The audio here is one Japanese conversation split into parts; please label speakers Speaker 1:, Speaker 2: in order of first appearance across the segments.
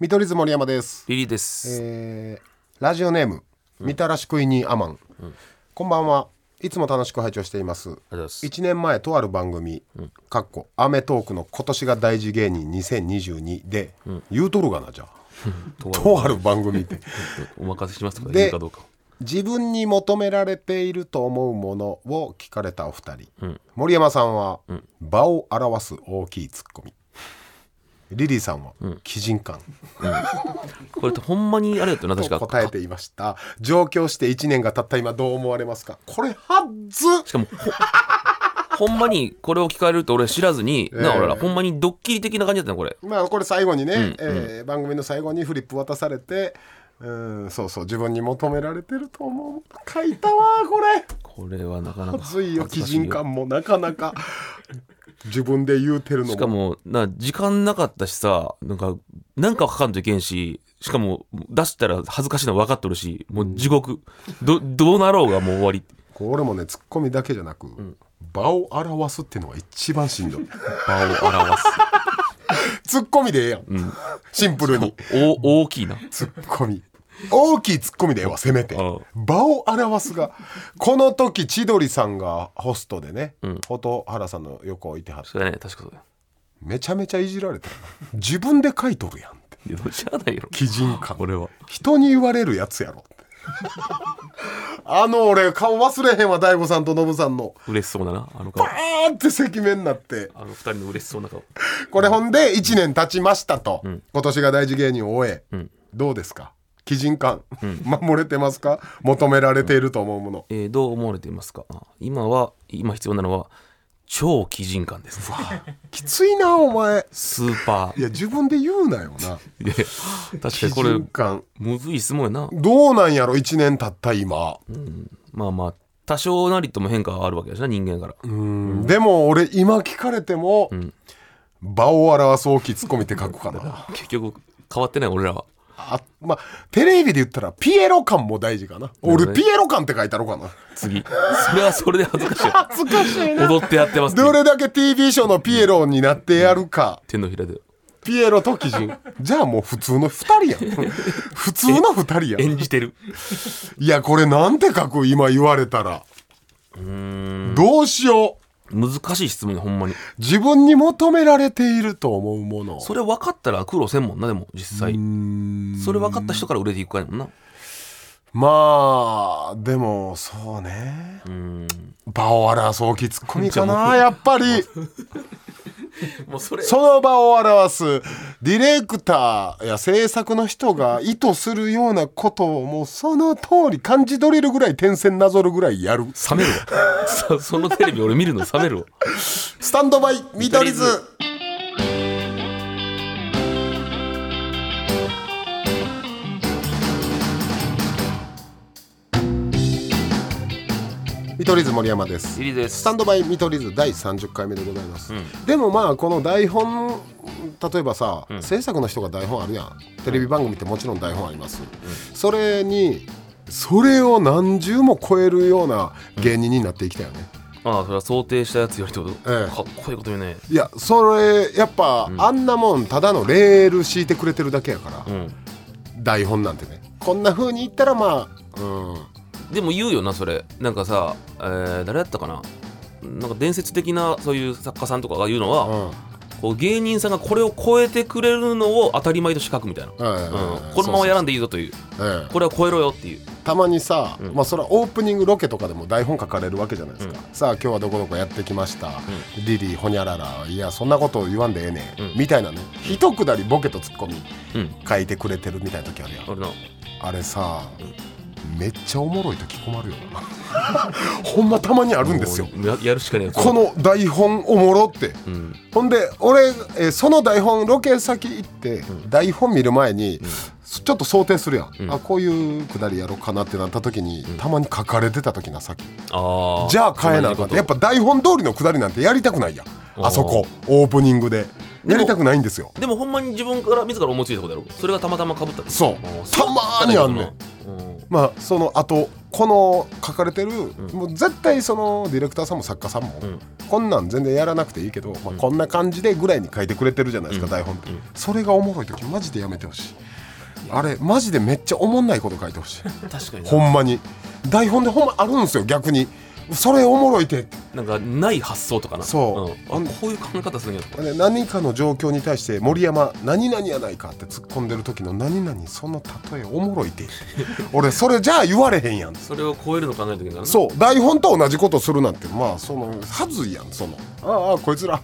Speaker 1: 見取り図森山です、
Speaker 2: リリーです。
Speaker 1: えーラジオネームみたらし食いにアマン、こんばんはいつも楽しく拝聴しています
Speaker 2: ありがとうございます
Speaker 1: 1年前とある番組「かっこアメトークの今年が大事芸人2022で」言うとるがなじゃ あとある番組って
Speaker 2: お任せしますとか言う
Speaker 1: で
Speaker 2: かどうかを。
Speaker 1: 自分に求められていると思うものを聞かれたお二人、森山さんは、場を表す大きいツッコミリリーさんは、基人感
Speaker 2: これってほんまにあれだったよな、確
Speaker 1: と
Speaker 2: か。
Speaker 1: 答えていました上京して1年が経った今どう思われますかこれはっず
Speaker 2: しかも、ほほんま にこれを聞かれると俺は知らずに、な、
Speaker 1: ええ
Speaker 2: 俺ら、ほんまにドッキリ的な感じだったの、これ。
Speaker 1: まあこれ最後にね、えー番組の最後にフリップ渡されてうんそうそう自分に求められてると思う書いたわこれ
Speaker 2: これはなかなか。
Speaker 1: はずいよ
Speaker 2: 恥
Speaker 1: 基
Speaker 2: ずかしいよ
Speaker 1: 人感もなかなか自分で言うてるの
Speaker 2: しか
Speaker 1: も
Speaker 2: も、な、時間なかったしさ、なんか、なんか書かんといけんし、しかも、出したら恥ずかしいの分かっとるし、もう地獄。ど、どうなろうがもう終わり。
Speaker 1: これもねツッコミだけじゃなく、場を表すっていうのが一番しんどい
Speaker 2: 場を表す。
Speaker 1: ツッコミでええやん、シンプルに
Speaker 2: お、大きいな。
Speaker 1: ツッコミ大きいツッコミでええわせめて
Speaker 2: う
Speaker 1: 場を表すがこの時千鳥さんがホストでね、蛍原さんの横をいてはって
Speaker 2: そうだね、確かそうだよ
Speaker 1: めちゃめちゃいじられたよ自分で書いとるやんって
Speaker 2: いや。しゃあないやろ。
Speaker 1: 基人感
Speaker 2: 俺は。
Speaker 1: 人に言われるやつやろってあの俺顔忘れへんわ大悟さんとノブさんの
Speaker 2: 嬉しそうだな、あの顔
Speaker 1: バ。ーンって赤面になって
Speaker 2: あの二人の嬉しそうな顔。
Speaker 1: これほんで1年経ちましたと、今年が大事芸人を終え、どうですか基人感、守れてますか求められていると思うもの、
Speaker 2: えーどう思われていますかあ今は今必要なのは超鬼人感です
Speaker 1: きついなお前
Speaker 2: スーパ
Speaker 1: いや自分で言うなよな
Speaker 2: ーで確か
Speaker 1: 基
Speaker 2: にこれ
Speaker 1: 人感
Speaker 2: むずい質問やな
Speaker 1: どうなんやろ1年経った今
Speaker 2: まあまあ多少なりとも変化はあるわけだしな人間から
Speaker 1: うんでも俺今聞かれても、場を表す大きいツッコミって書くかな
Speaker 2: 結局変わってない俺らは
Speaker 1: あまあテレビで言ったらピエロ感も大事かな俺ピエロ感って書いたろかな
Speaker 2: 次それはそれで恥ず か
Speaker 1: 恥ずかしい
Speaker 2: しい踊ってやってますって
Speaker 1: どれだけ TV ショーのピエロになってやるか、
Speaker 2: 手のひらで
Speaker 1: ピエロと鬼人じゃあもう普通の2人や ん普通の2人やん
Speaker 2: 演じてる
Speaker 1: いやこれなんて書く今言われたらどうしよう
Speaker 2: 難しい質問やほんまに
Speaker 1: 自分に求められていると思うもの
Speaker 2: それ分かったら苦労せんもんなでも実際それ分かった人から売れていくかやもんな
Speaker 1: まあでもそうね
Speaker 2: うん
Speaker 1: 場を表す大きいツッコミか
Speaker 2: じゃあも
Speaker 1: な
Speaker 2: う
Speaker 1: やっぱり
Speaker 2: もうそれ
Speaker 1: その場を表すディレクターや制作の人が意図するようなことをもうその通り感じ取れるぐらい点線なぞるぐらいやる
Speaker 2: 冷めるわ そそのテレビ俺見るの冷めるわ
Speaker 1: スタンドバイ見取り図見取り図森山です
Speaker 2: リリーです
Speaker 1: スタンドバイ見取り図第30回目でございます、でもまあこの台本例えばさ、制作の人が台本あるやんテレビ番組ってもちろん台本あります、それにそれを何十も超えるような芸人になっていきたよね、
Speaker 2: ああそれは想定したやつよりってこと、
Speaker 1: ええ
Speaker 2: かっこいいこと言うね
Speaker 1: いやそれやっぱ、あんなもんただのレール敷いてくれてるだけやから、
Speaker 2: うん
Speaker 1: 台本なんてねこんな風に言ったらまあうん
Speaker 2: でも言うよなそれなんかさ、えー誰やったかななんか伝説的なそういう作家さんとかが言うのは、
Speaker 1: うん
Speaker 2: こう芸人さんがこれを超えてくれるのを当たり前として書くみたいな、
Speaker 1: うんうんうん
Speaker 2: うんこのままやらんでいいぞという
Speaker 1: そうそうええ
Speaker 2: これは超えろよっていう
Speaker 1: たまにさ、
Speaker 2: ん
Speaker 1: まあそれはオープニングロケとかでも台本書かれるわけじゃないですか、さあ今日はどこどこやってきました、リリーほにゃららいやそんなこと言わんでええね、
Speaker 2: うん
Speaker 1: ん、みたいなね一くだりボケとツッコミ
Speaker 2: うん
Speaker 1: 書いてくれてるみたいな時あるやん
Speaker 2: 俺の
Speaker 1: あれさ、めっちゃおもろい時困るよな ほんまたまにあるんですよ
Speaker 2: もうややるしかねえ
Speaker 1: こ、の台本おもろって
Speaker 2: うん、
Speaker 1: ほんで俺、えーその台本ロケ先行って、台本見る前に、ちょっと想定するやん、
Speaker 2: うん
Speaker 1: あこういうくだりやろうかなってなった時に、たまに書かれてた時なさっき
Speaker 2: ああ
Speaker 1: じゃあ変えなあかんってやっぱ台本通りのくだりなんてやりたくないやんあそこオープニングでやりたくないんですよ
Speaker 2: でもほんまに自分から自ら思いついたことやろそれがたまたまかぶった
Speaker 1: そう
Speaker 2: あー
Speaker 1: たまーにあんねん
Speaker 2: うん
Speaker 1: まあそのあとこの書かれてる、もう絶対そのディレクターさんも作家さんも、こんなん全然やらなくていいけど、まあ、こんな感じでぐらいに書いてくれてるじゃないですか、台本って、それがおもろい時マジでやめてほしいあれマジでめっちゃおもんないこと書いてほしい
Speaker 2: 確かに
Speaker 1: ほんまに台本でほんまあるんですよ逆にそれおもろいって
Speaker 2: ななんかない発想とかな、
Speaker 1: そう
Speaker 2: んあこういう考え方するんやとか
Speaker 1: で何かの状況に対して森山何々やないかって突っ込んでる時の何々その例えおもろいって俺それじゃあ言われへんやん
Speaker 2: それを超えるの考えるときだな
Speaker 1: そう台本と同じことするなんてまあそのはずいやんそのああこいつら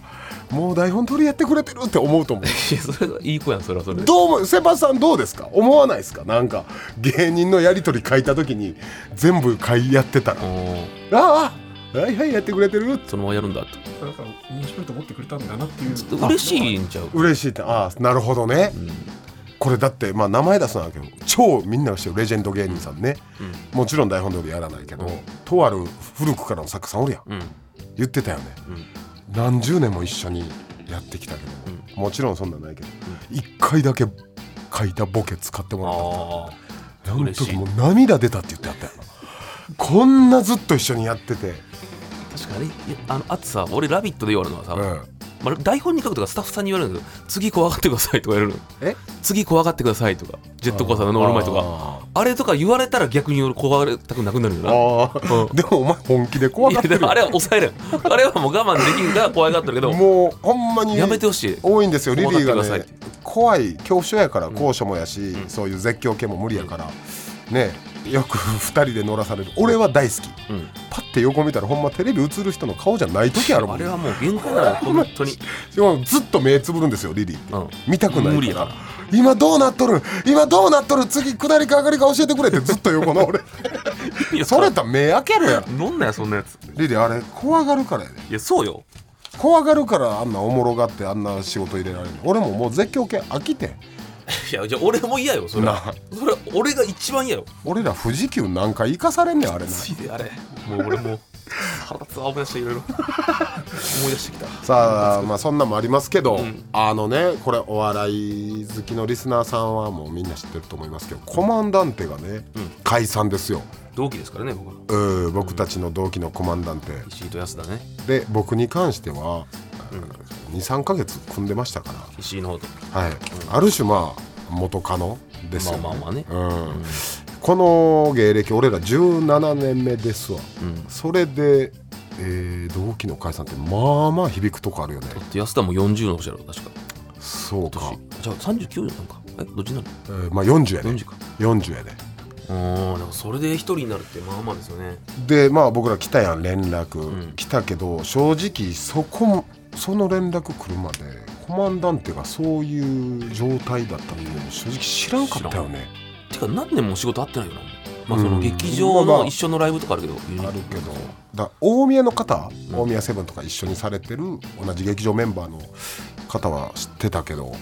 Speaker 1: もう台本通りやってくれてるって思うと思う
Speaker 2: いやそれはいい子やんそれはそれで
Speaker 1: どう思セバさんどうですか思わないですかなんか芸人のやり取り書いた時に全部書いやってたら
Speaker 2: う
Speaker 1: あ
Speaker 2: ん
Speaker 1: あはいはいやってくれてる
Speaker 2: そのままやるんだって
Speaker 3: だから面白いと思ってくれたんだなっていう
Speaker 2: 嬉しいんちゃう
Speaker 1: 嬉しいってああなるほどね、これだってまあ名前出すのはあるけど超みんなが知ってるレジェンド芸人さんね、もちろん台本通りやらないけど、とある古くからの作家さんおるやん
Speaker 2: うん
Speaker 1: 言ってたよね、何十年も一緒にやってきたけど、もちろんそんなんないけど一、回だけ書いたボケ使ってもらった
Speaker 2: ああ
Speaker 1: あの
Speaker 2: 嬉し
Speaker 1: 時
Speaker 2: い
Speaker 1: もう涙出たって言ってあったよなこんなずっと一緒にやってて、
Speaker 2: 確かにいやあのあとさ俺「ラビット!」で言われるのはさ、
Speaker 1: うん
Speaker 2: まあ、台本に書くとかスタッフさんに言われるんですよ次怖がってくださいとか言われるの
Speaker 1: え
Speaker 2: 次怖がってくださいとかジェットコースターの乗る前とか
Speaker 1: か
Speaker 2: あれとか言われたら逆に俺怖がりたくなくなるよ
Speaker 1: あ
Speaker 2: な
Speaker 1: ー
Speaker 2: う
Speaker 1: でもお前本気で怖
Speaker 2: い
Speaker 1: が
Speaker 2: や
Speaker 1: って
Speaker 2: で
Speaker 1: る
Speaker 2: もあれは抑えるあれはもう我慢できんが怖がってるけど
Speaker 1: もうほんまに
Speaker 2: やめてほしい
Speaker 1: 多いんですよリリー
Speaker 2: 怖が
Speaker 1: がね
Speaker 2: ってくだ
Speaker 1: 怖い恐怖症やから高所もやし、そういう絶叫系も無理やから、ねよく2人で乗らされる俺は大好き
Speaker 2: うん
Speaker 1: パッて横見たらほんまテレビ映る人の顔じゃない時あるも
Speaker 2: あ
Speaker 1: ん
Speaker 2: れはもう限界なの本当に
Speaker 1: しかもずっと目つぶるんですよリリーって、
Speaker 2: うん
Speaker 1: 見たくないから
Speaker 2: 無理やな
Speaker 1: 今どうなっとる今どうなっとる次下りか上がりか教えてくれってずっと横 の俺
Speaker 2: いや
Speaker 1: それやったら目開けるやろ
Speaker 2: 飲んなよそんなやつ
Speaker 1: リリーあれ怖がるからやで
Speaker 2: いやそうよ
Speaker 1: 怖がるからあんなおもろがってあんな仕事入れられる俺ももう絶叫系飽きてん
Speaker 2: いやじゃあ俺も嫌よそれはそれは俺が一番嫌よ
Speaker 1: 俺ら富士急何回生かされんねんあれな
Speaker 2: ついであれもう俺もう腹立つわ思い出していろいろ思い出してきた
Speaker 1: さあまあそんなんもありますけど、あのねこれお笑い好きのリスナーさんはもうみんな知ってると思いますけどコマンダンテがね、解散ですよ、
Speaker 2: 同期ですからね僕は
Speaker 1: えー僕たちの同期のコマンダンテ
Speaker 2: 石井と安田ね
Speaker 1: で僕に関しては、23ヶ月組んでましたか
Speaker 2: 石井の方と
Speaker 1: ら、はいある種まあ元カノですよね,、
Speaker 2: まあまあまあね
Speaker 1: うんこの芸歴俺ら17年目ですわ、
Speaker 2: うん
Speaker 1: それで、えー同期の解散ってまあまあ響くとこあるよね
Speaker 2: だって安田も40の年やろ確か
Speaker 1: そうか
Speaker 2: 年、じゃあ39なんかえどっちなの
Speaker 1: えーまあ40やね
Speaker 2: 40か
Speaker 1: 40やね
Speaker 2: うんでもそれで一人になるってまあまあですよね
Speaker 1: でまあ僕ら来たやん連絡、
Speaker 2: うん
Speaker 1: 来たけど正直そこもその連絡来るまでコマンダンテがそういう状態だったっていうのを正直知らんかったよね
Speaker 2: てか何年も仕事会ってないよなまあ
Speaker 1: うん
Speaker 2: その劇場
Speaker 1: まあま
Speaker 2: の
Speaker 1: あ
Speaker 2: 一緒のライブとかあるけど、
Speaker 1: あるけどだ大宮の方、大宮セブンとか一緒にされてる同じ劇場メンバーの方は知ってたけど、
Speaker 2: うん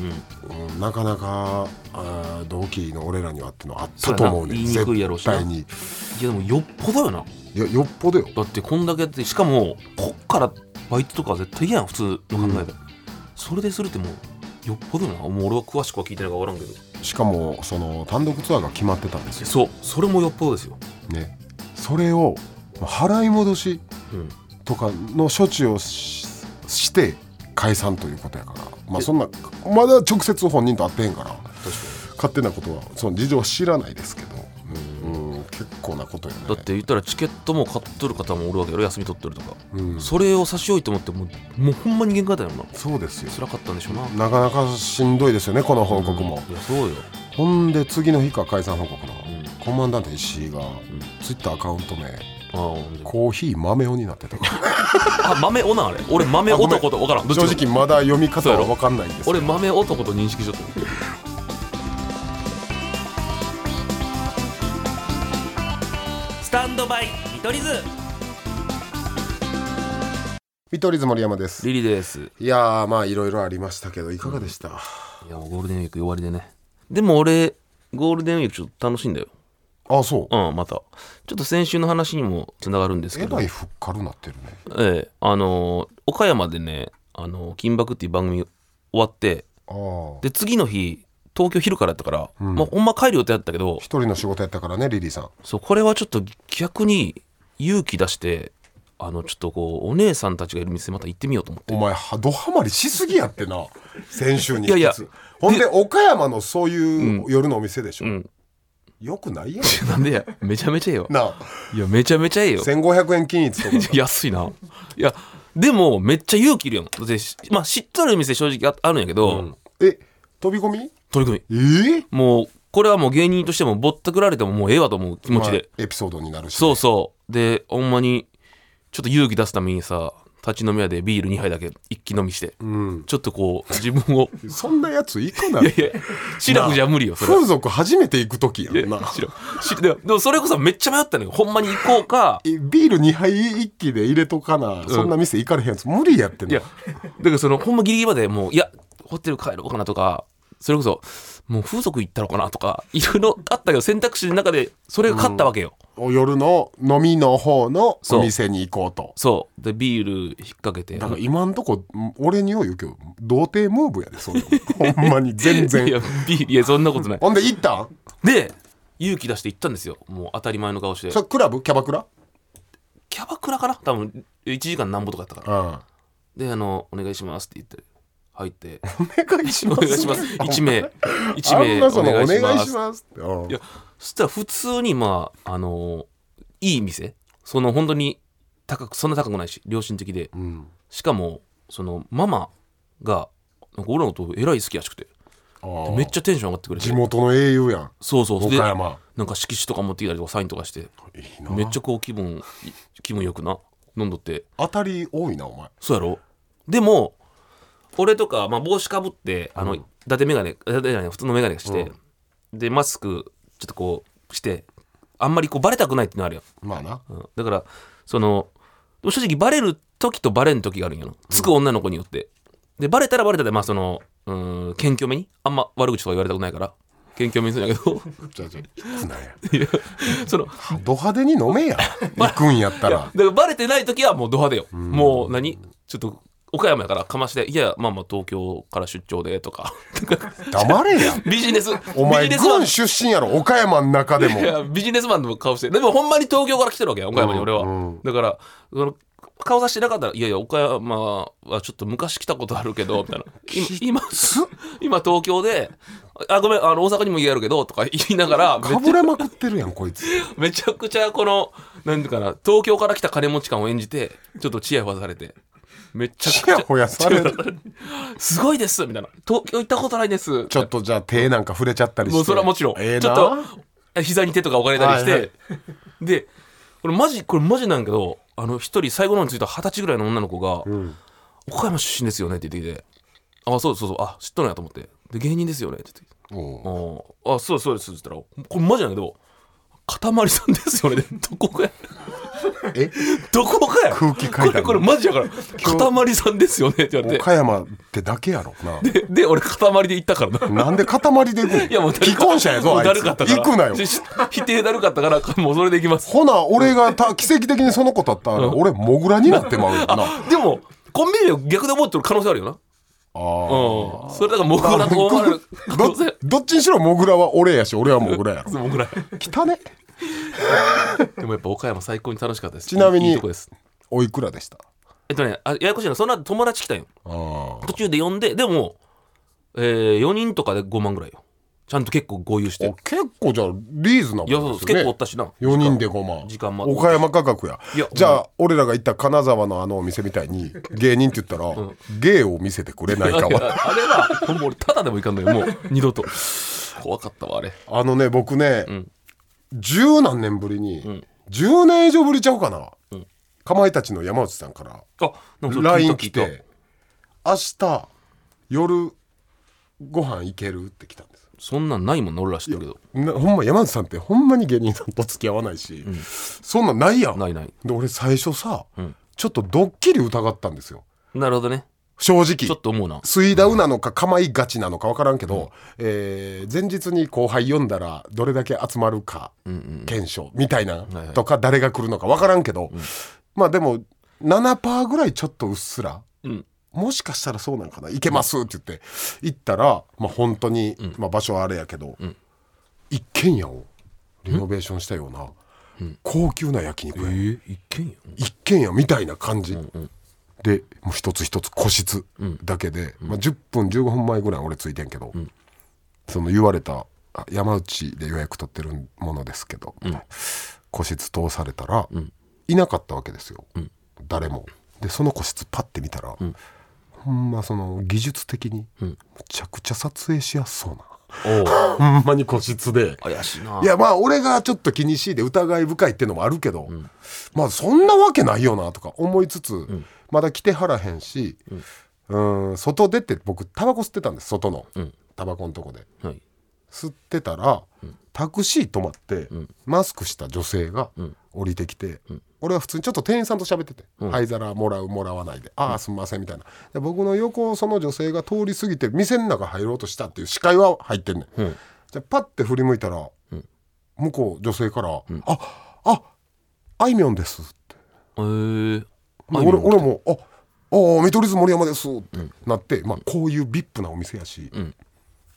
Speaker 1: うんなかなかあー同期の俺らにはっていうのはあった
Speaker 2: そうや
Speaker 1: と
Speaker 2: な
Speaker 1: 思うね
Speaker 2: 言いにくいやろうし
Speaker 1: 絶
Speaker 2: な
Speaker 1: 対に
Speaker 2: いやでもよっぽどよない
Speaker 1: やよっぽどよ
Speaker 2: だってこんだけやってしかもこっからバイトとかは絶対嫌やん普通の考えで、それでするってもうよっぽどよなもう俺は詳しくは聞いてないから分からんけど
Speaker 1: しかもその単独ツアーが決まってたんですよ
Speaker 2: そうそれもよっぽどですよ、
Speaker 1: ねそれを払い戻し
Speaker 2: うん、
Speaker 1: とかの処置をしして解散ということやからまあそんなまだ直接本人と会ってへんから
Speaker 2: 確か
Speaker 1: 勝手なことはその事情は知らないですけどうん結構なことよね
Speaker 2: にだって言ったらチケットも買っとる方もおるわけやろ休み取ってるとか、
Speaker 1: うん
Speaker 2: それを差し置いてもってもうもうほんまに限界だよな
Speaker 1: そうですよ
Speaker 2: 辛かったんでしょうな
Speaker 1: なかなかしんどいですよねこの報告も、
Speaker 2: いやそうよ
Speaker 1: ほんで次の日か解散報告の、
Speaker 2: ん
Speaker 1: コマンダント石井が、ツイッターアカウント名
Speaker 2: あー
Speaker 1: コーヒー豆男になってたから
Speaker 2: あ豆男なあれ俺豆男と分からんどっち
Speaker 1: 正
Speaker 2: も
Speaker 1: 直まだ読み方は分かんないんですけど
Speaker 2: 俺豆男と認識しとったスタンドバイ見取り図
Speaker 1: 見取り図森山です
Speaker 2: リリですい
Speaker 1: いやーまあいろいろありましたけどいかがでした、
Speaker 2: やもうゴールデンウィーク終わりでねでも俺ゴールデンウィークちょっと楽しいんだよ
Speaker 1: あそう
Speaker 2: うんまたちょっと先週の話にもつながるんですけ
Speaker 1: え
Speaker 2: ど
Speaker 1: らい
Speaker 2: え
Speaker 1: ふっかるなってるね
Speaker 2: えあのー岡山でね「あのー金箔」っていう番組終わって
Speaker 1: ああ
Speaker 2: で次の日東京昼からやったから、
Speaker 1: ん
Speaker 2: まあ、ほんま帰る予定だったけど
Speaker 1: 一人の仕事やったからねリリーさん
Speaker 2: そうこれはちょっと逆に勇気出してあのちょっとこうお姉さんたちがいる店また行ってみようと思って
Speaker 1: お前はドハマりしすぎやってな先週に
Speaker 2: いやいや
Speaker 1: 引き続きほんで岡山のそういう夜のお店でしょ、
Speaker 2: ん
Speaker 1: よくないやん
Speaker 2: なんでやめちゃめちゃええよ
Speaker 1: ない
Speaker 2: やめちゃめちゃええよ
Speaker 1: 1500円均一とか
Speaker 2: 安いないやでもめっちゃ勇気いるやんだってしまあ知っとる店正直ああるんやけど、
Speaker 1: え飛び込み
Speaker 2: 取り組
Speaker 1: えー、
Speaker 2: みもうこれはもう芸人としてもぼったくられてももうええわと思う気持ちで、
Speaker 1: まあエピソードになるし
Speaker 2: そうそうでほんまにちょっと勇気出すためにさ立ち飲み屋でビール2杯だけ一気飲みして、
Speaker 1: うん、
Speaker 2: ちょっとこう自分を
Speaker 1: そんなやつ行くない
Speaker 2: やいやシラフじゃ無理よそれは
Speaker 1: 風俗初めて行く時やんな
Speaker 2: 知らん知らんでもでもそれこそめっちゃ迷ったのよほんまに行こうか
Speaker 1: えビール2杯一気で入れとかな、そんな店行かれへんやつ無理やって
Speaker 2: い
Speaker 1: な
Speaker 2: やだからそのほんまギリギリまでもういやホテル帰ろうかなとかそれこそもう風俗行ったのかなとかいろいろあったけど選択肢の中でそれが勝ったわけよ、
Speaker 1: お夜の飲みの方の
Speaker 2: そう
Speaker 1: お店に行こうと
Speaker 2: そうでビール引っ掛けて
Speaker 1: だから今んとこん俺によう言うけど童貞ムーブやでそれほん まに全
Speaker 2: い
Speaker 1: 然
Speaker 2: やビールいやそんなことない
Speaker 1: ほんで行ったん
Speaker 2: で勇気出して行ったんですよもう当たり前の顔して
Speaker 1: それクラブキャバクラ
Speaker 2: キャバクラかな多分1時間なんぼとかやったから
Speaker 1: う
Speaker 2: であの「お願いします」って言って入って
Speaker 1: んお願いし
Speaker 2: 「お
Speaker 1: ます
Speaker 2: 願いします」1名1
Speaker 1: あん
Speaker 2: 名
Speaker 1: なその
Speaker 2: お
Speaker 1: お
Speaker 2: 願
Speaker 1: 願い
Speaker 2: いしま
Speaker 1: し
Speaker 2: す
Speaker 1: ますってうん
Speaker 2: いやそしたら普通にまああのいい店その本当に高くそんな高くないし良心的で
Speaker 1: うん
Speaker 2: しかもそのママがなんか俺らのことえらい好きらしくて
Speaker 1: あー
Speaker 2: めっちゃテンション上がってくれて
Speaker 1: 地元の英雄やん
Speaker 2: そうそう
Speaker 1: 岡
Speaker 2: でなん
Speaker 1: 山
Speaker 2: か色紙とか持ってきたりとかサインとかして
Speaker 1: いいな
Speaker 2: めっちゃこう気分い気分よくな飲んどって
Speaker 1: 当たり多いなお前
Speaker 2: そうやろでも俺とか、まあ、帽子かぶってあの、伊達眼鏡伊達眼鏡普通の眼鏡して、でマスクちょっとこうしてあんまりこうバレたくないっていうのあるやん
Speaker 1: まあな
Speaker 2: うんだからそのでも正直バレる時とバレん時があるんやろつく女の子によってでバレたらバレたでまあそのうーん謙虚めにあんま悪口とか言われたくないから謙虚めにするんやけど
Speaker 1: じゃあじゃあいくなや
Speaker 2: その
Speaker 1: ド派手に飲 めや行くんやった
Speaker 2: いや
Speaker 1: ら
Speaker 2: だからバレてない時はもうド派手よもう何ちょっと岡山やからかましていやまあまあ東京から出張でとか
Speaker 1: 黙れや
Speaker 2: ビジネス
Speaker 1: お前
Speaker 2: ビジネスマン
Speaker 1: 軍出身やろ岡山の中でも
Speaker 2: いやビジネスマンの顔してでもほんまに東京から来てるわけや岡山に俺は、
Speaker 1: うんうん
Speaker 2: だからその顔出してなかったら「いやいや岡山はちょっと昔来たことあるけど」みたいな「今今今東京であごめんあの大阪にも家あるけど」とか言いながらめ
Speaker 1: か
Speaker 2: っち
Speaker 1: ぶ
Speaker 2: ゃ
Speaker 1: れまくってるやんこいつ
Speaker 2: めちゃくちゃこのなんていうかな東京から来た金持ち感を演じてちょっとチヤホヤされてめちゃく
Speaker 1: ち
Speaker 2: ち
Speaker 1: や
Speaker 2: ゃ
Speaker 1: ほやされる
Speaker 2: 「すごいです」みたいな「東京行ったことないです」
Speaker 1: ちょっとじゃあ手なんか触れちゃったりして
Speaker 2: もうそれはもちろん、
Speaker 1: ええ
Speaker 2: ちょっ
Speaker 1: な
Speaker 2: と膝に手とか置かれたりして、
Speaker 1: はいはい
Speaker 2: でこれマジこれマジなんだけどあの一人最後の方についた二十歳ぐらいの女の子が「
Speaker 1: ん
Speaker 2: 岡山出身ですよね」って言ってきて「あそうそうそうあ知っとるんや」と思って「で芸人ですよね」って言ってきて「
Speaker 1: おう
Speaker 2: ああそうですそうです」って言ったらこれマジなんだけど「塊さんですよね」どこかや
Speaker 1: え
Speaker 2: どこかや
Speaker 1: 空気階
Speaker 2: これ
Speaker 1: 段
Speaker 2: これマジやから「塊さんですよね」って言われて
Speaker 1: 岡山ってだけやろな
Speaker 2: でで俺塊で行ったからな
Speaker 1: なんで塊で行く
Speaker 2: いやもう
Speaker 1: の既婚者やぞ
Speaker 2: もう
Speaker 1: あ
Speaker 2: だ
Speaker 1: い
Speaker 2: る
Speaker 1: つ
Speaker 2: かったから
Speaker 1: 行くなよ
Speaker 2: しし否定だるかったからもうそれでいきます
Speaker 1: ほな俺がた奇跡的にその子だったら俺モグラになってまうよなあ
Speaker 2: でもコンビニで逆で思ってる可能性あるよな
Speaker 1: ー
Speaker 2: うんそれだからモグラと思われる可能性
Speaker 1: どどっちにしろモグラは俺やし俺はモグラ やろ
Speaker 2: モグラ
Speaker 1: 汚ね
Speaker 2: でもやっぱ岡山最高に楽しかったです
Speaker 1: ちなみに
Speaker 2: いいとこです
Speaker 1: おいくらでした
Speaker 2: えっとねあややこしいなその後友達来たんよ
Speaker 1: ああ
Speaker 2: 途中で呼んででも、えー、4人とかで5万ぐらいよちゃんと結構合流して
Speaker 1: お結構じゃあリーズナ
Speaker 2: い
Speaker 1: ブ
Speaker 2: や
Speaker 1: ル
Speaker 2: そう
Speaker 1: ですね
Speaker 2: 結構おったしな
Speaker 1: 4人で5万
Speaker 2: 時間も
Speaker 1: 岡山価格や
Speaker 2: いや
Speaker 1: じゃあ俺らが行った金沢のあのお店みたいに芸人って言ったら、芸を見せてくれないか
Speaker 2: いや
Speaker 1: は
Speaker 2: あれはほんま俺ただでもいかんのよもう二度と怖かったわあれ
Speaker 1: あのね僕ね、十何年ぶりに、10年以上ぶりちゃうかな、かまいたちの山内さんから
Speaker 2: あでもそれ聞いた
Speaker 1: LINE 来
Speaker 2: 聞いた
Speaker 1: て「明日夜ご飯行ける?」って来たんです
Speaker 2: そんなんないもんな俺ら知ってるけど
Speaker 1: なほんま山内さんってほんまに芸人さんと付き合わないし、そんなんないやん
Speaker 2: ないない
Speaker 1: で俺最初さ、ちょっとドッキリ疑ったんですよ
Speaker 2: なるほどね
Speaker 1: 正
Speaker 2: ちょっ
Speaker 1: 直
Speaker 2: と思うな
Speaker 1: 水ダウなのか構いがちなのか分からんけど、えー前日に後輩読んだらどれだけ集まるか検証みたいな
Speaker 2: はいはい
Speaker 1: とか誰が来るのか分からんけど、まあでも7%ぐらいちょっとうっすら
Speaker 2: うん
Speaker 1: もしかしたらそうなんかな行けますって言って行ったら、まあ、本当に、まあ、場所はあれやけど、一軒家をリノベーションしたような、高級な焼肉屋、
Speaker 2: え一軒家
Speaker 1: 一軒家みたいな感じ、でもう一つ一つ個室だけで、まあ、10分15分前ぐらい俺ついてんけど、その言われたあ山内で予約取ってるものですけど、個室通されたら、いなかったわけですよ、誰もでその個室パッて見たら、ほんまその技術的にむちゃくちゃ撮影しやすそうな、
Speaker 2: おう
Speaker 1: ほんまに個室で
Speaker 2: 怪しいない
Speaker 1: やまあ俺がちょっと気にしいで疑い深いってのもあるけど、まあそんなわけないよなとか思いつつ、まだ来てはらへんし、うーん外出て僕タバコ吸ってたんです外の、タバコのとこで
Speaker 2: はい
Speaker 1: 吸ってたら、タクシー止まって、マスクした女性が降りてきて、俺は普通にちょっと店員さんと喋ってて「灰皿もらうもらわないで」ああすんません」みたいなで僕の横をその女性が通り過ぎて店の中入ろうとしたっていう視界は入ってんねん、じゃあパッて振り向いたら、向こう女性から「あああいみょんです」って
Speaker 2: えー、
Speaker 1: まあ俺俺も「あああ見取り図森山です」ってなって、まあ、こういう VIP なお店やし、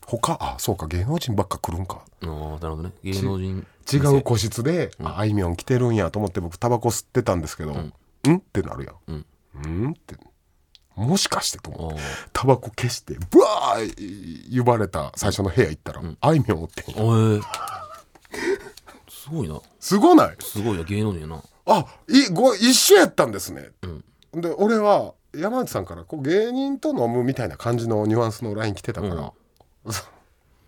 Speaker 1: 他あそうか芸能人ばっか来るんか
Speaker 2: あーなるほどね芸能人
Speaker 1: 違う個室で、ああいみょん来てるんやと思って僕タバコ吸ってたんですけど、うん、ってなるやん、うん、ってもしかしてと思ってタバコ消してブワー言われた最初の部屋行ったら、あいみょんおってん
Speaker 2: えー、すごいな
Speaker 1: すごない
Speaker 2: すごいな芸能人やな
Speaker 1: あいご一緒やったんですね、で俺は山内さんからこう芸人と飲むみたいな感じのニュアンスのライン来てたから、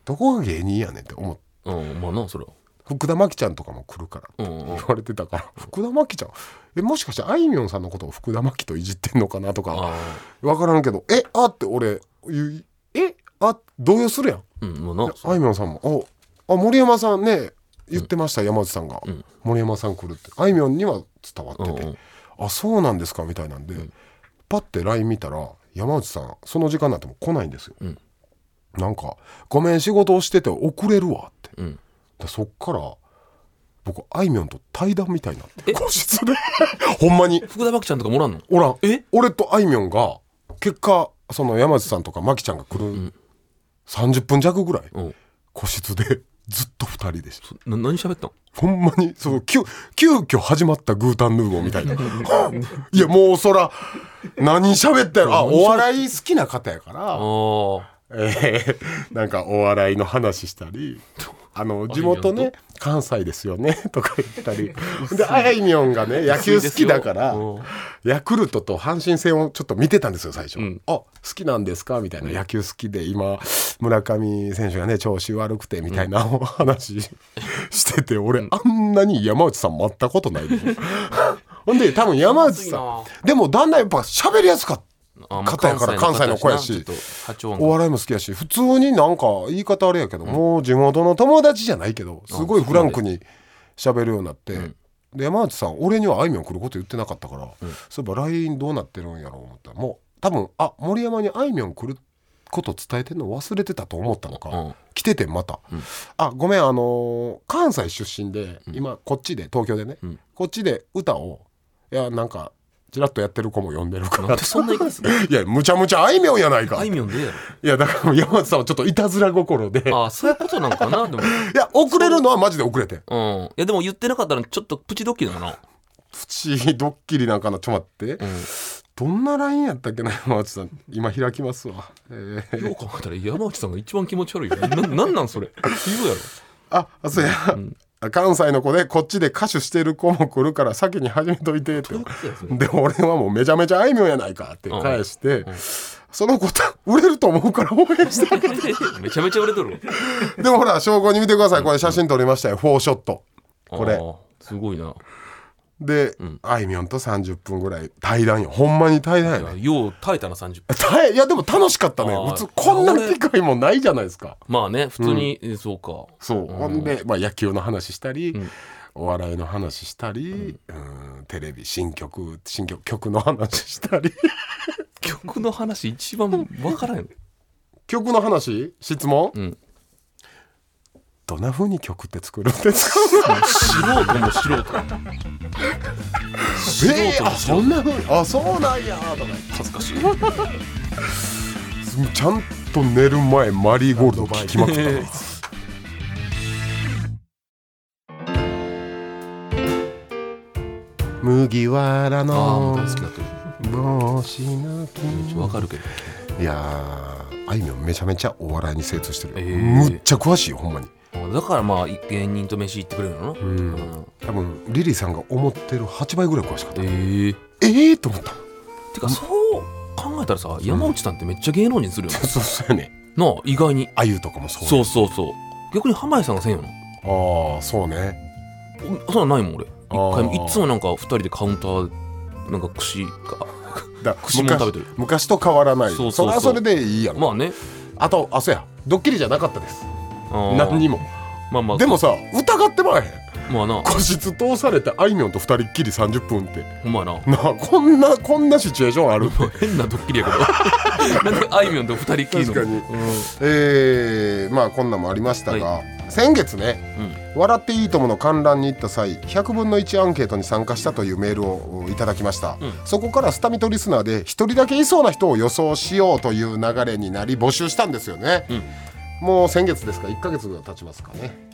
Speaker 1: どこが芸人やねんって思って
Speaker 2: うんまあなそれは
Speaker 1: 福田真紀ちゃんとかも来るからって言われてたから、福田真紀ちゃんえもしかしてあいみょんさんのことを福田真紀といじってんのかなとか分からんけどえあって俺言うえあ動揺するやん
Speaker 2: うんまあな
Speaker 1: あいみょんさんも「ああ森山さんね言ってました、山内さんが、森山さん来る」ってあいみょんには伝わってて「
Speaker 2: うんうん
Speaker 1: あそうなんですか」みたいなんで、パッて LINE 見たら山内さんその時間になっても来ないんですよ。なんか「ごめん仕事をしてて遅れるわ」って、
Speaker 2: ん
Speaker 1: でそっから僕あいみょんと対談みたいになって
Speaker 2: え
Speaker 1: 個室で ほんまに
Speaker 2: 福田真紀ちゃんとかもらんの
Speaker 1: おらん
Speaker 2: え
Speaker 1: 俺とあいみょんが結果その山内さんとかまきちゃんが来る30分弱ぐらい、
Speaker 2: うん
Speaker 1: 個室でずっと2人でした
Speaker 2: な何喋ったん
Speaker 1: ほんまにその急急遽始まったグータンヌーボーみたいな いやもうそら何喋ったやろあお笑い好きな方やから、
Speaker 2: ああ
Speaker 1: えーなんかお笑いの話したりあの地元ね関西ですよねとか言った りであいみょんがね野球好きだから
Speaker 2: うん
Speaker 1: ヤクルトと阪神戦をちょっと見てたんですよ最初、あ好きなんですかみたいな野球好きで今村上選手がね調子悪くてみたいなお話 してて俺あんなに山内さんも会 ったことないのほんで多分山内さ
Speaker 2: まず
Speaker 1: んでもだんだんやっぱ喋りやすかった
Speaker 2: あまあ
Speaker 1: 方やから関西の子やし
Speaker 2: ちょっと波長が
Speaker 1: お笑いも好きやし普通になんか言い方あれやけど、もう地元の友達じゃないけどすごいフランクに喋るようになって、で山内さん俺にはあいみょん来ること言ってなかったから、そういえば LINE どうなってるんやろう思ったらもう多分あ森山にあいみょん来ること伝えてんの忘れてたと思ったのか、
Speaker 2: うん
Speaker 1: 来ててまた、あごめんあのー関西出身で、今こっちで東京でね、こっちで歌をいやなんかちらっとやってる子も呼んでるから
Speaker 2: なんでそんな言い方する
Speaker 1: いやむちゃむちゃあいみょんやないか
Speaker 2: あいみょんでええや
Speaker 1: いやだから山内さんはちょっといたずら心でい
Speaker 2: ろああそういうことなのかなでも
Speaker 1: や遅れるのはマジで遅れて
Speaker 2: うんいやでも言ってなかったらちょっとプチドッキリだな
Speaker 1: プチドッキリなんかなちょっと待って、どんなラインやったっけな山内さん今開きますわ、えー
Speaker 2: よう考えたら山内さんが一番気持ち悪いよななんなんそれ言うやろ
Speaker 1: ああそうや、あ関西の子でこっちで歌手してる子も来るから先に始めといてって
Speaker 2: ことやそ
Speaker 1: で俺はもうめちゃめちゃあいみょんやないかって返して、その子た売れると思うから応援して あげて
Speaker 2: めちゃめちゃ売れとる
Speaker 1: でもほら証拠に見てくださいこれ写真撮りましたよフォーショットこれ
Speaker 2: あーすごいな
Speaker 1: で、あいみょんと30分ぐらい対談よほんまに対談や
Speaker 2: い
Speaker 1: ね
Speaker 2: やよう耐えたな30分
Speaker 1: 大いやでも楽しかったね
Speaker 2: あー
Speaker 1: 普通こんなに機会もないじゃないですか
Speaker 2: まあね普通に、えそうか
Speaker 1: そう、ほんで、まあ、野球の話したり、お笑いの話したり、うんテレビ新曲新曲曲の話したり
Speaker 2: 曲の話一番わからんよ
Speaker 1: 曲の話質問、
Speaker 2: ん
Speaker 1: どんな風に曲って作るんですか
Speaker 2: 素人も素人素
Speaker 1: えー、あ
Speaker 2: 人も
Speaker 1: そ
Speaker 2: 素人
Speaker 1: んな風にあそうなんやとか
Speaker 2: 恥ずか しい
Speaker 1: ちゃんと寝る前マリーゴールド聴き まくったな麦わら
Speaker 2: ああもう
Speaker 1: の
Speaker 2: 大好きになってる
Speaker 1: 帽子の
Speaker 2: めっちゃ
Speaker 1: 君
Speaker 2: わかるけど
Speaker 1: いやーあいみょんめちゃめちゃお笑いに精通してる、
Speaker 2: えー
Speaker 1: むっちゃ詳しいよほんまに
Speaker 2: あだからまあ芸人と飯行ってくれるのな、
Speaker 1: ん多分リリーさんが思ってる8倍ぐらい詳しかった
Speaker 2: ええ
Speaker 1: ええー、と思った
Speaker 2: てかそう考えたらさ山内さんってめっちゃ芸能人するよね、
Speaker 1: そうそうやね
Speaker 2: なあ意外に
Speaker 1: あゆとかもそうや
Speaker 2: そうそうそう逆に濱家さんがせんよな
Speaker 1: ああそうね
Speaker 2: おそんなんないもん俺一
Speaker 1: あ
Speaker 2: 回も
Speaker 1: ー
Speaker 2: いつもなんか2人でカウンターなんか串か
Speaker 1: だ
Speaker 2: 串もん食べてる
Speaker 1: 昔昔と変わらない
Speaker 2: そうそうそう
Speaker 1: れはそれでいいやん、
Speaker 2: まあね
Speaker 1: あとあそうやドッキリじゃなかったです
Speaker 2: あー
Speaker 1: 何にも
Speaker 2: まあまあ
Speaker 1: でもさ疑ってまえへん
Speaker 2: まあな
Speaker 1: 個室通されてあいみょんと二人っきり30分って
Speaker 2: ほんまやな
Speaker 1: なあこんなこんなシチュエーションある
Speaker 2: 変なドッキリやけど なんであいみょんと2人っきりの
Speaker 1: 確かに
Speaker 2: うん
Speaker 1: えー、まあこんなんもありましたが、先月ね「
Speaker 2: うん
Speaker 1: 笑っていいとも!」の観覧に行った際100分の1アンケートに参加したというメールをいただきました、
Speaker 2: うん
Speaker 1: そこからスタミトリスナーで1人だけいそうな人を予想しようという流れになり募集したんですよね、
Speaker 2: うん
Speaker 1: もう先月ですか1ヶ月が経ちますかね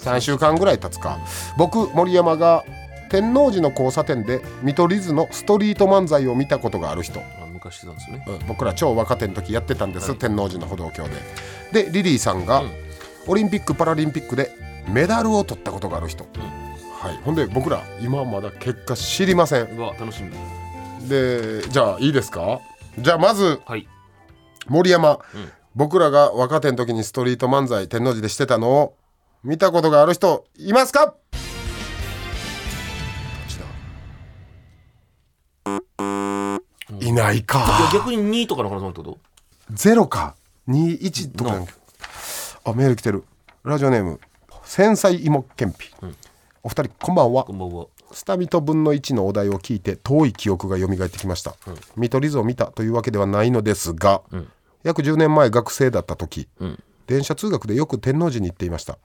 Speaker 1: 3週間ぐらい経つか僕森山が天王寺の交差点で見取り図のストリート漫才を見たことがある人
Speaker 2: あ昔してたんですよね
Speaker 1: 僕ら超若手の時やってたんです、
Speaker 2: はい
Speaker 1: 天王寺の歩道橋ででリリーさんが、
Speaker 2: うん
Speaker 1: オリンピック・パラリンピックでメダルを取ったことがある人、
Speaker 2: ん
Speaker 1: はい、ほんで僕ら今まだ結果知りません
Speaker 2: うわ楽しみ
Speaker 1: でじゃあいいですかじゃあまず
Speaker 2: はい
Speaker 1: 森山、
Speaker 2: ん
Speaker 1: 僕らが若手の時にストリート漫才天王寺でしてたのを見たことがある人いますかどっちだいないか
Speaker 2: いや逆に2とかの可能性もあるってこ
Speaker 1: ゼロか21とかなんかあメール来てるラジオネーム繊細芋けんぴ、お二人こんばんは
Speaker 2: とこんばんは
Speaker 1: スタミト分の1のお題を聞いて遠い記憶が蘇ってきました、見取り図を見たというわけではないのですが、約10年前学生だった時、
Speaker 2: ん
Speaker 1: 電車通学でよく天王寺に行っていました、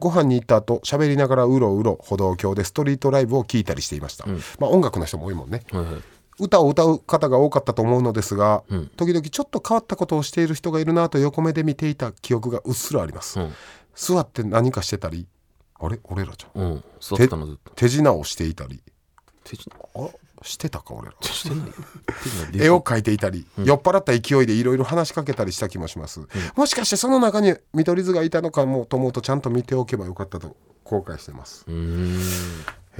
Speaker 1: ご飯に行った後喋りながらうろうろ歩道橋でストリートライブを聞いたりしていました、まあ音楽の人も多いもんね、
Speaker 2: はいはい
Speaker 1: 歌を歌う方が多かったと思うのですが、時々ちょっと変わったことをしている人がいるなと横目で見ていた記憶がうっすらあります、
Speaker 2: うん
Speaker 1: 座って何かしてたりあれ俺らじゃん
Speaker 2: うん座ってたのずっと
Speaker 1: 手品をしていたり
Speaker 2: 手品
Speaker 1: あしてたか俺ら
Speaker 2: してないよ手品で
Speaker 1: 絵を描いていたり、酔っ払った勢いでいろいろ話しかけたりした気もします、もしかしてその中に見取り図がいたのかもと思うとちゃんと見ておけばよかったと後悔してます
Speaker 2: うーん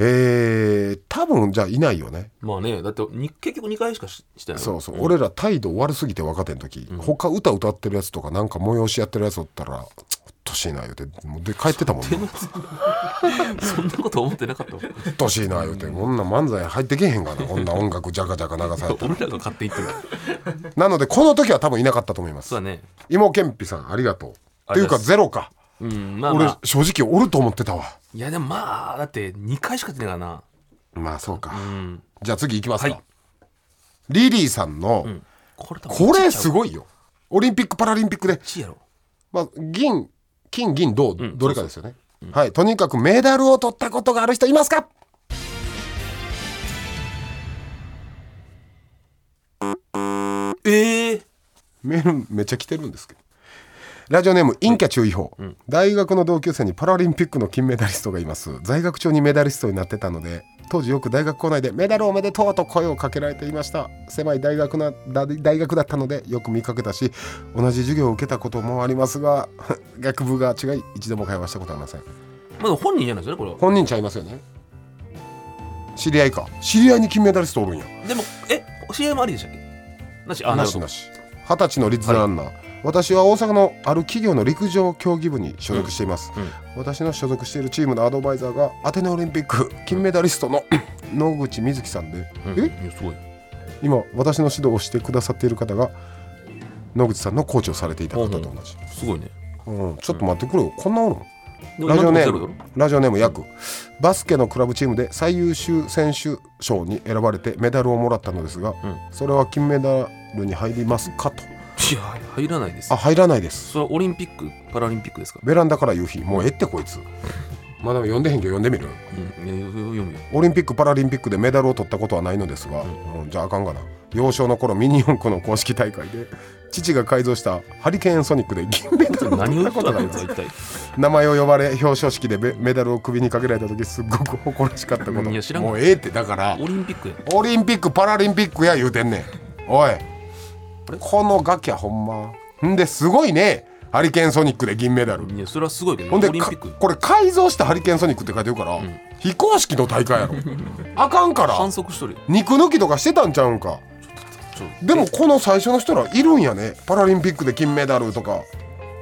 Speaker 1: えー、多分じゃあいないよね
Speaker 2: まあねだってに結局2回しかししてない
Speaker 1: そうそう、俺ら態度悪すぎて若手の時、他歌歌ってるやつとかなんか催しやってるやつおったら「ほっとしいな」言うてもうで帰ってた もんね「
Speaker 2: そんなこと思ってなかったもん
Speaker 1: ほっとしいな」言うてこんな漫才入ってけへんがなこんな音楽ジャカジャカ流され て
Speaker 2: 俺らが勝手に言ってた
Speaker 1: なのでこの時は多分いなかったと思いま
Speaker 2: そ
Speaker 1: す
Speaker 2: うだね
Speaker 1: 芋けんぴさんありがとう
Speaker 2: あ
Speaker 1: って
Speaker 2: り
Speaker 1: い
Speaker 2: が
Speaker 1: う
Speaker 2: とうございます
Speaker 1: かゼロか
Speaker 2: うんまあま
Speaker 1: 俺
Speaker 2: あ
Speaker 1: 正直おると思ってたわ
Speaker 2: いやでもまあだって2回しか出てないからな
Speaker 1: まあそうか、
Speaker 2: うん
Speaker 1: じゃあ次行きますか、
Speaker 2: はい
Speaker 1: リリーさんの、
Speaker 2: うんこれ多分
Speaker 1: これす
Speaker 2: い
Speaker 1: ごいよオリンピック・パラリンピックで
Speaker 2: 1やろ
Speaker 1: まあ、銀金銀銅、
Speaker 2: ん
Speaker 1: どれかですよね、はいとにかくメダルを取ったことがある人いますか
Speaker 2: ええ
Speaker 1: メールめっちゃ来てるんですけどラジオネーム陰キャ注意報、大学の同級生にパラリンピックの金メダリストがいます在学中にメダリストになってたので当時よく大学校内で「メダルおめでとう」と声をかけられていました狭い大学なだ大学だったのでよく見かけたし同じ授業を受けたこともありますが 学部が違い一度も会話したことはありません
Speaker 2: まだ本人じゃないですよねこれは
Speaker 1: 本人ちゃいますよね知り合いか知り合いに金メダリストおるんや
Speaker 2: でもえ知り合いもありでしたっけなしあ
Speaker 1: な
Speaker 2: な
Speaker 1: し
Speaker 2: る
Speaker 1: なし二十歳の立ランナー、私は大阪のある企業の陸上競技部に所属しています、
Speaker 2: うんうん
Speaker 1: 私の所属しているチームのアドバイザーがアテネオリンピック金メダリストの野口みずきさんで、
Speaker 2: ほどうん
Speaker 1: え
Speaker 2: いやすごい
Speaker 1: 今私の指導をしてくださっている方が野口さんのコーチをされていた方と同じ、
Speaker 2: すごいね
Speaker 1: うんちょっと待ってくれよこんなおるの
Speaker 2: でも
Speaker 1: ラジオネー
Speaker 2: なんとかゼロ
Speaker 1: ム
Speaker 2: だろ
Speaker 1: ラジオネームヤクバスケのクラブチームで最優秀選手賞に選ばれてメダルをもらったのですが、それは金メダルに入りますかと
Speaker 2: いや入らないです
Speaker 1: あ入らないです
Speaker 2: それはオリンピックパラリンピックですか、
Speaker 1: ベランダから夕日もうええってこいつまだ読んでへんけど読んでみる
Speaker 2: うん、いやよ読むよ
Speaker 1: オリンピック・パラリンピックでメダルを取ったことはないのですが、うんじゃああかんがな幼少の頃ミニ四駆の公式大会で父が改造したハリケーンソニックで銀メダルを
Speaker 2: 何
Speaker 1: 取った
Speaker 2: を言っ
Speaker 1: こ
Speaker 2: た
Speaker 1: と
Speaker 2: の
Speaker 1: があ
Speaker 2: こ
Speaker 1: りま
Speaker 2: いつ
Speaker 1: す
Speaker 2: は一体
Speaker 1: 名前を呼ばれ表彰式でベメダルを首にかけられた時すっごく誇らしかったこと
Speaker 2: いや知らん
Speaker 1: もうええってだから
Speaker 2: オリンピックや
Speaker 1: オリンピック・パラリンピックや言うてんねんおいこのガキはほんまんですごいねハリケーンソニックで銀メダル
Speaker 2: いやそれはすごいけど
Speaker 1: ほん
Speaker 2: オ
Speaker 1: で
Speaker 2: リンピッ
Speaker 1: か
Speaker 2: ク
Speaker 1: これ改造したハリケーンソニックって書いてるから、非公式の大 会やろあかんから
Speaker 2: 反則しとるよ
Speaker 1: 肉抜きとかしてたんちゃうんか
Speaker 2: ちょ
Speaker 1: でもこの最初の人らいるんやねパラリンピックで金メダルとか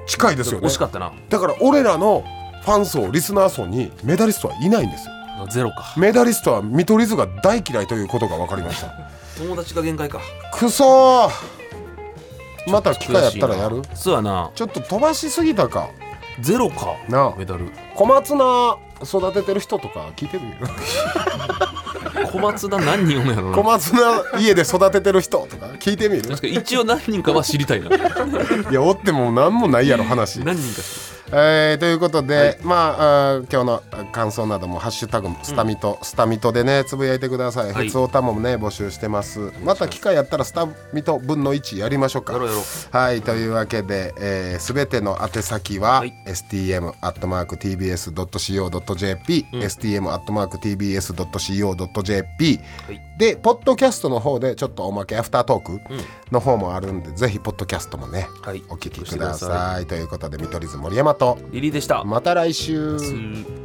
Speaker 1: 近いですよね
Speaker 2: 惜しかったな
Speaker 1: だから俺らのファン層リスナー層にメダリストはいないんですよ
Speaker 2: ゼロか
Speaker 1: メダリストは見取り図が大嫌いということが分かりました
Speaker 2: 友達が限界か
Speaker 1: くそーまた機会やったらやる
Speaker 2: 悔しいなそうやな
Speaker 1: ちょっと飛ばしすぎたか
Speaker 2: ゼロか
Speaker 1: なあ
Speaker 2: メダル
Speaker 1: 小松菜育ててる人とか聞いてる
Speaker 2: 小松田何人読むやろ
Speaker 1: 小
Speaker 2: な
Speaker 1: 松菜家で育ててる人とか聞いてみる
Speaker 2: 確かに一応何人かは知りたいな
Speaker 1: いやおっても何もないやろ話
Speaker 2: 何人か知
Speaker 1: えーということで、まああー今日の感想なども「ハッシュタグスタミト」スタミトでねつぶやいてください、
Speaker 2: はい
Speaker 1: 普通歌もね募集してますまた機会やったらスタミト分の1やりましょうか
Speaker 2: やろうやろ
Speaker 1: はいというわけで、えー、全ての宛先は、
Speaker 2: はい
Speaker 1: stm.tbs.co.jp、stm.tbs.co.jp
Speaker 2: はい
Speaker 1: でポッドキャストの方でちょっとおまけアフタートークの方もあるんで、ぜひポッドキャストもね、
Speaker 2: はい
Speaker 1: お聞き
Speaker 2: チェックして
Speaker 1: く
Speaker 2: くだ
Speaker 1: だ
Speaker 2: さい
Speaker 1: さいということで見取り図森山と
Speaker 2: リリーでした
Speaker 1: また来週。
Speaker 2: うん